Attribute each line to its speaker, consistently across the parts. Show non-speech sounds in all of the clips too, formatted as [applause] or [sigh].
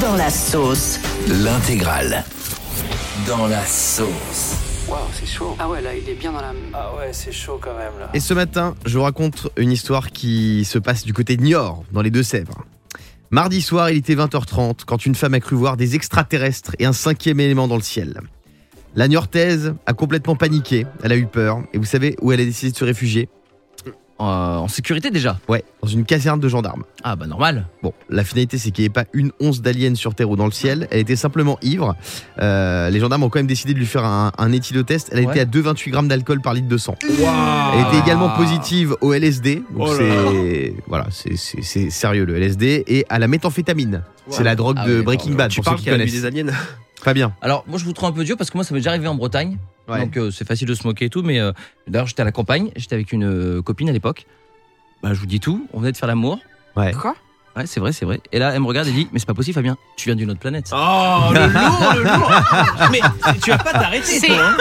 Speaker 1: Dans la sauce.
Speaker 2: L'intégrale. Dans la sauce.
Speaker 3: Waouh, c'est chaud.
Speaker 4: Ah ouais, là, il est bien dans la.
Speaker 3: Ah ouais, c'est chaud quand même là.
Speaker 5: Et ce matin, je vous raconte une histoire qui se passe du côté de Niort, dans les Deux-Sèvres. Mardi soir, il était 20h30 quand une femme a cru voir des extraterrestres et un cinquième élément dans le ciel. La Niortaise a complètement paniqué, elle a eu peur, et vous savez où elle a décidé de se réfugier
Speaker 6: Euh, en sécurité déjà.
Speaker 5: Ouais, dans une caserne de gendarmes.
Speaker 6: Ah bah normal.
Speaker 5: Bon, la finalité, c'est qu'il n'y ait pas une once d'alien sur Terre ou dans le ciel. Elle était simplement ivre. Euh, les gendarmes ont quand même décidé de lui faire un, un éthylotest. Elle
Speaker 6: Ouais.
Speaker 5: était à 2,28 grammes d'alcool par litre de sang.
Speaker 6: Waouh.
Speaker 5: Elle était également positive au LSD.
Speaker 7: Oh
Speaker 5: Donc c'est voilà, c'est- c'est c'est sérieux le LSD et à la méthamphétamine. C'est la drogue
Speaker 6: Ah
Speaker 5: de
Speaker 6: oui,
Speaker 5: Breaking
Speaker 6: pardon.
Speaker 5: Bad
Speaker 7: Tu
Speaker 5: pour ceux
Speaker 7: parles
Speaker 5: qui
Speaker 7: qu'il y a eu
Speaker 5: connaissent.
Speaker 7: des aliens
Speaker 5: [laughs] Pas bien.
Speaker 6: Alors moi je vous trouve un peu dur parce que moi ça m'est déjà arrivé en Bretagne.
Speaker 5: Ouais.
Speaker 6: Donc euh, c'est facile de se moquer et tout. Mais euh, d'ailleurs j'étais à la campagne, j'étais avec une euh, copine à l'époque. Bah je vous dis tout, on venait de faire l'amour.
Speaker 5: Ouais.
Speaker 4: Quoi
Speaker 6: Ouais c'est vrai, c'est vrai. Et là elle me regarde et dit mais c'est pas possible Fabien, tu viens d'une autre planète.
Speaker 7: Oh, le lourd, le lourd Mais tu vas pas t'arrêter,
Speaker 4: C'est-
Speaker 7: toi hein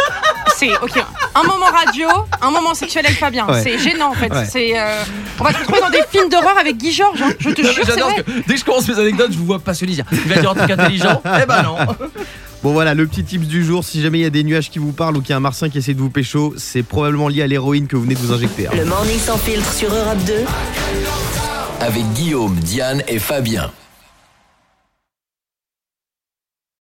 Speaker 4: C'est ok. Un moment radio, un moment sexuel avec Fabien.
Speaker 5: Ouais.
Speaker 4: C'est gênant en fait.
Speaker 5: Ouais.
Speaker 4: C'est. euh, On va se retrouver dans des films d'horreur avec Guy Georges. hein. Je te
Speaker 6: Non, mais
Speaker 4: jure, [laughs] c'est
Speaker 6: J'adore
Speaker 4: vrai.
Speaker 6: que dès que je commence mes anecdotes, je vous vois passionné dire il va dire un truc intelligent. [laughs] Eh ben non.
Speaker 5: Bon voilà, le petit tips du jour. Si jamais il y a des nuages qui vous parlent ou qu'il y a un martien qui essaie de vous pécho, c'est probablement lié à l'héroïne que vous venez de vous injecter. hein.
Speaker 1: Le morning sans filtre sur Europe 2.
Speaker 2: Avec Guillaume, Diane et Fabien.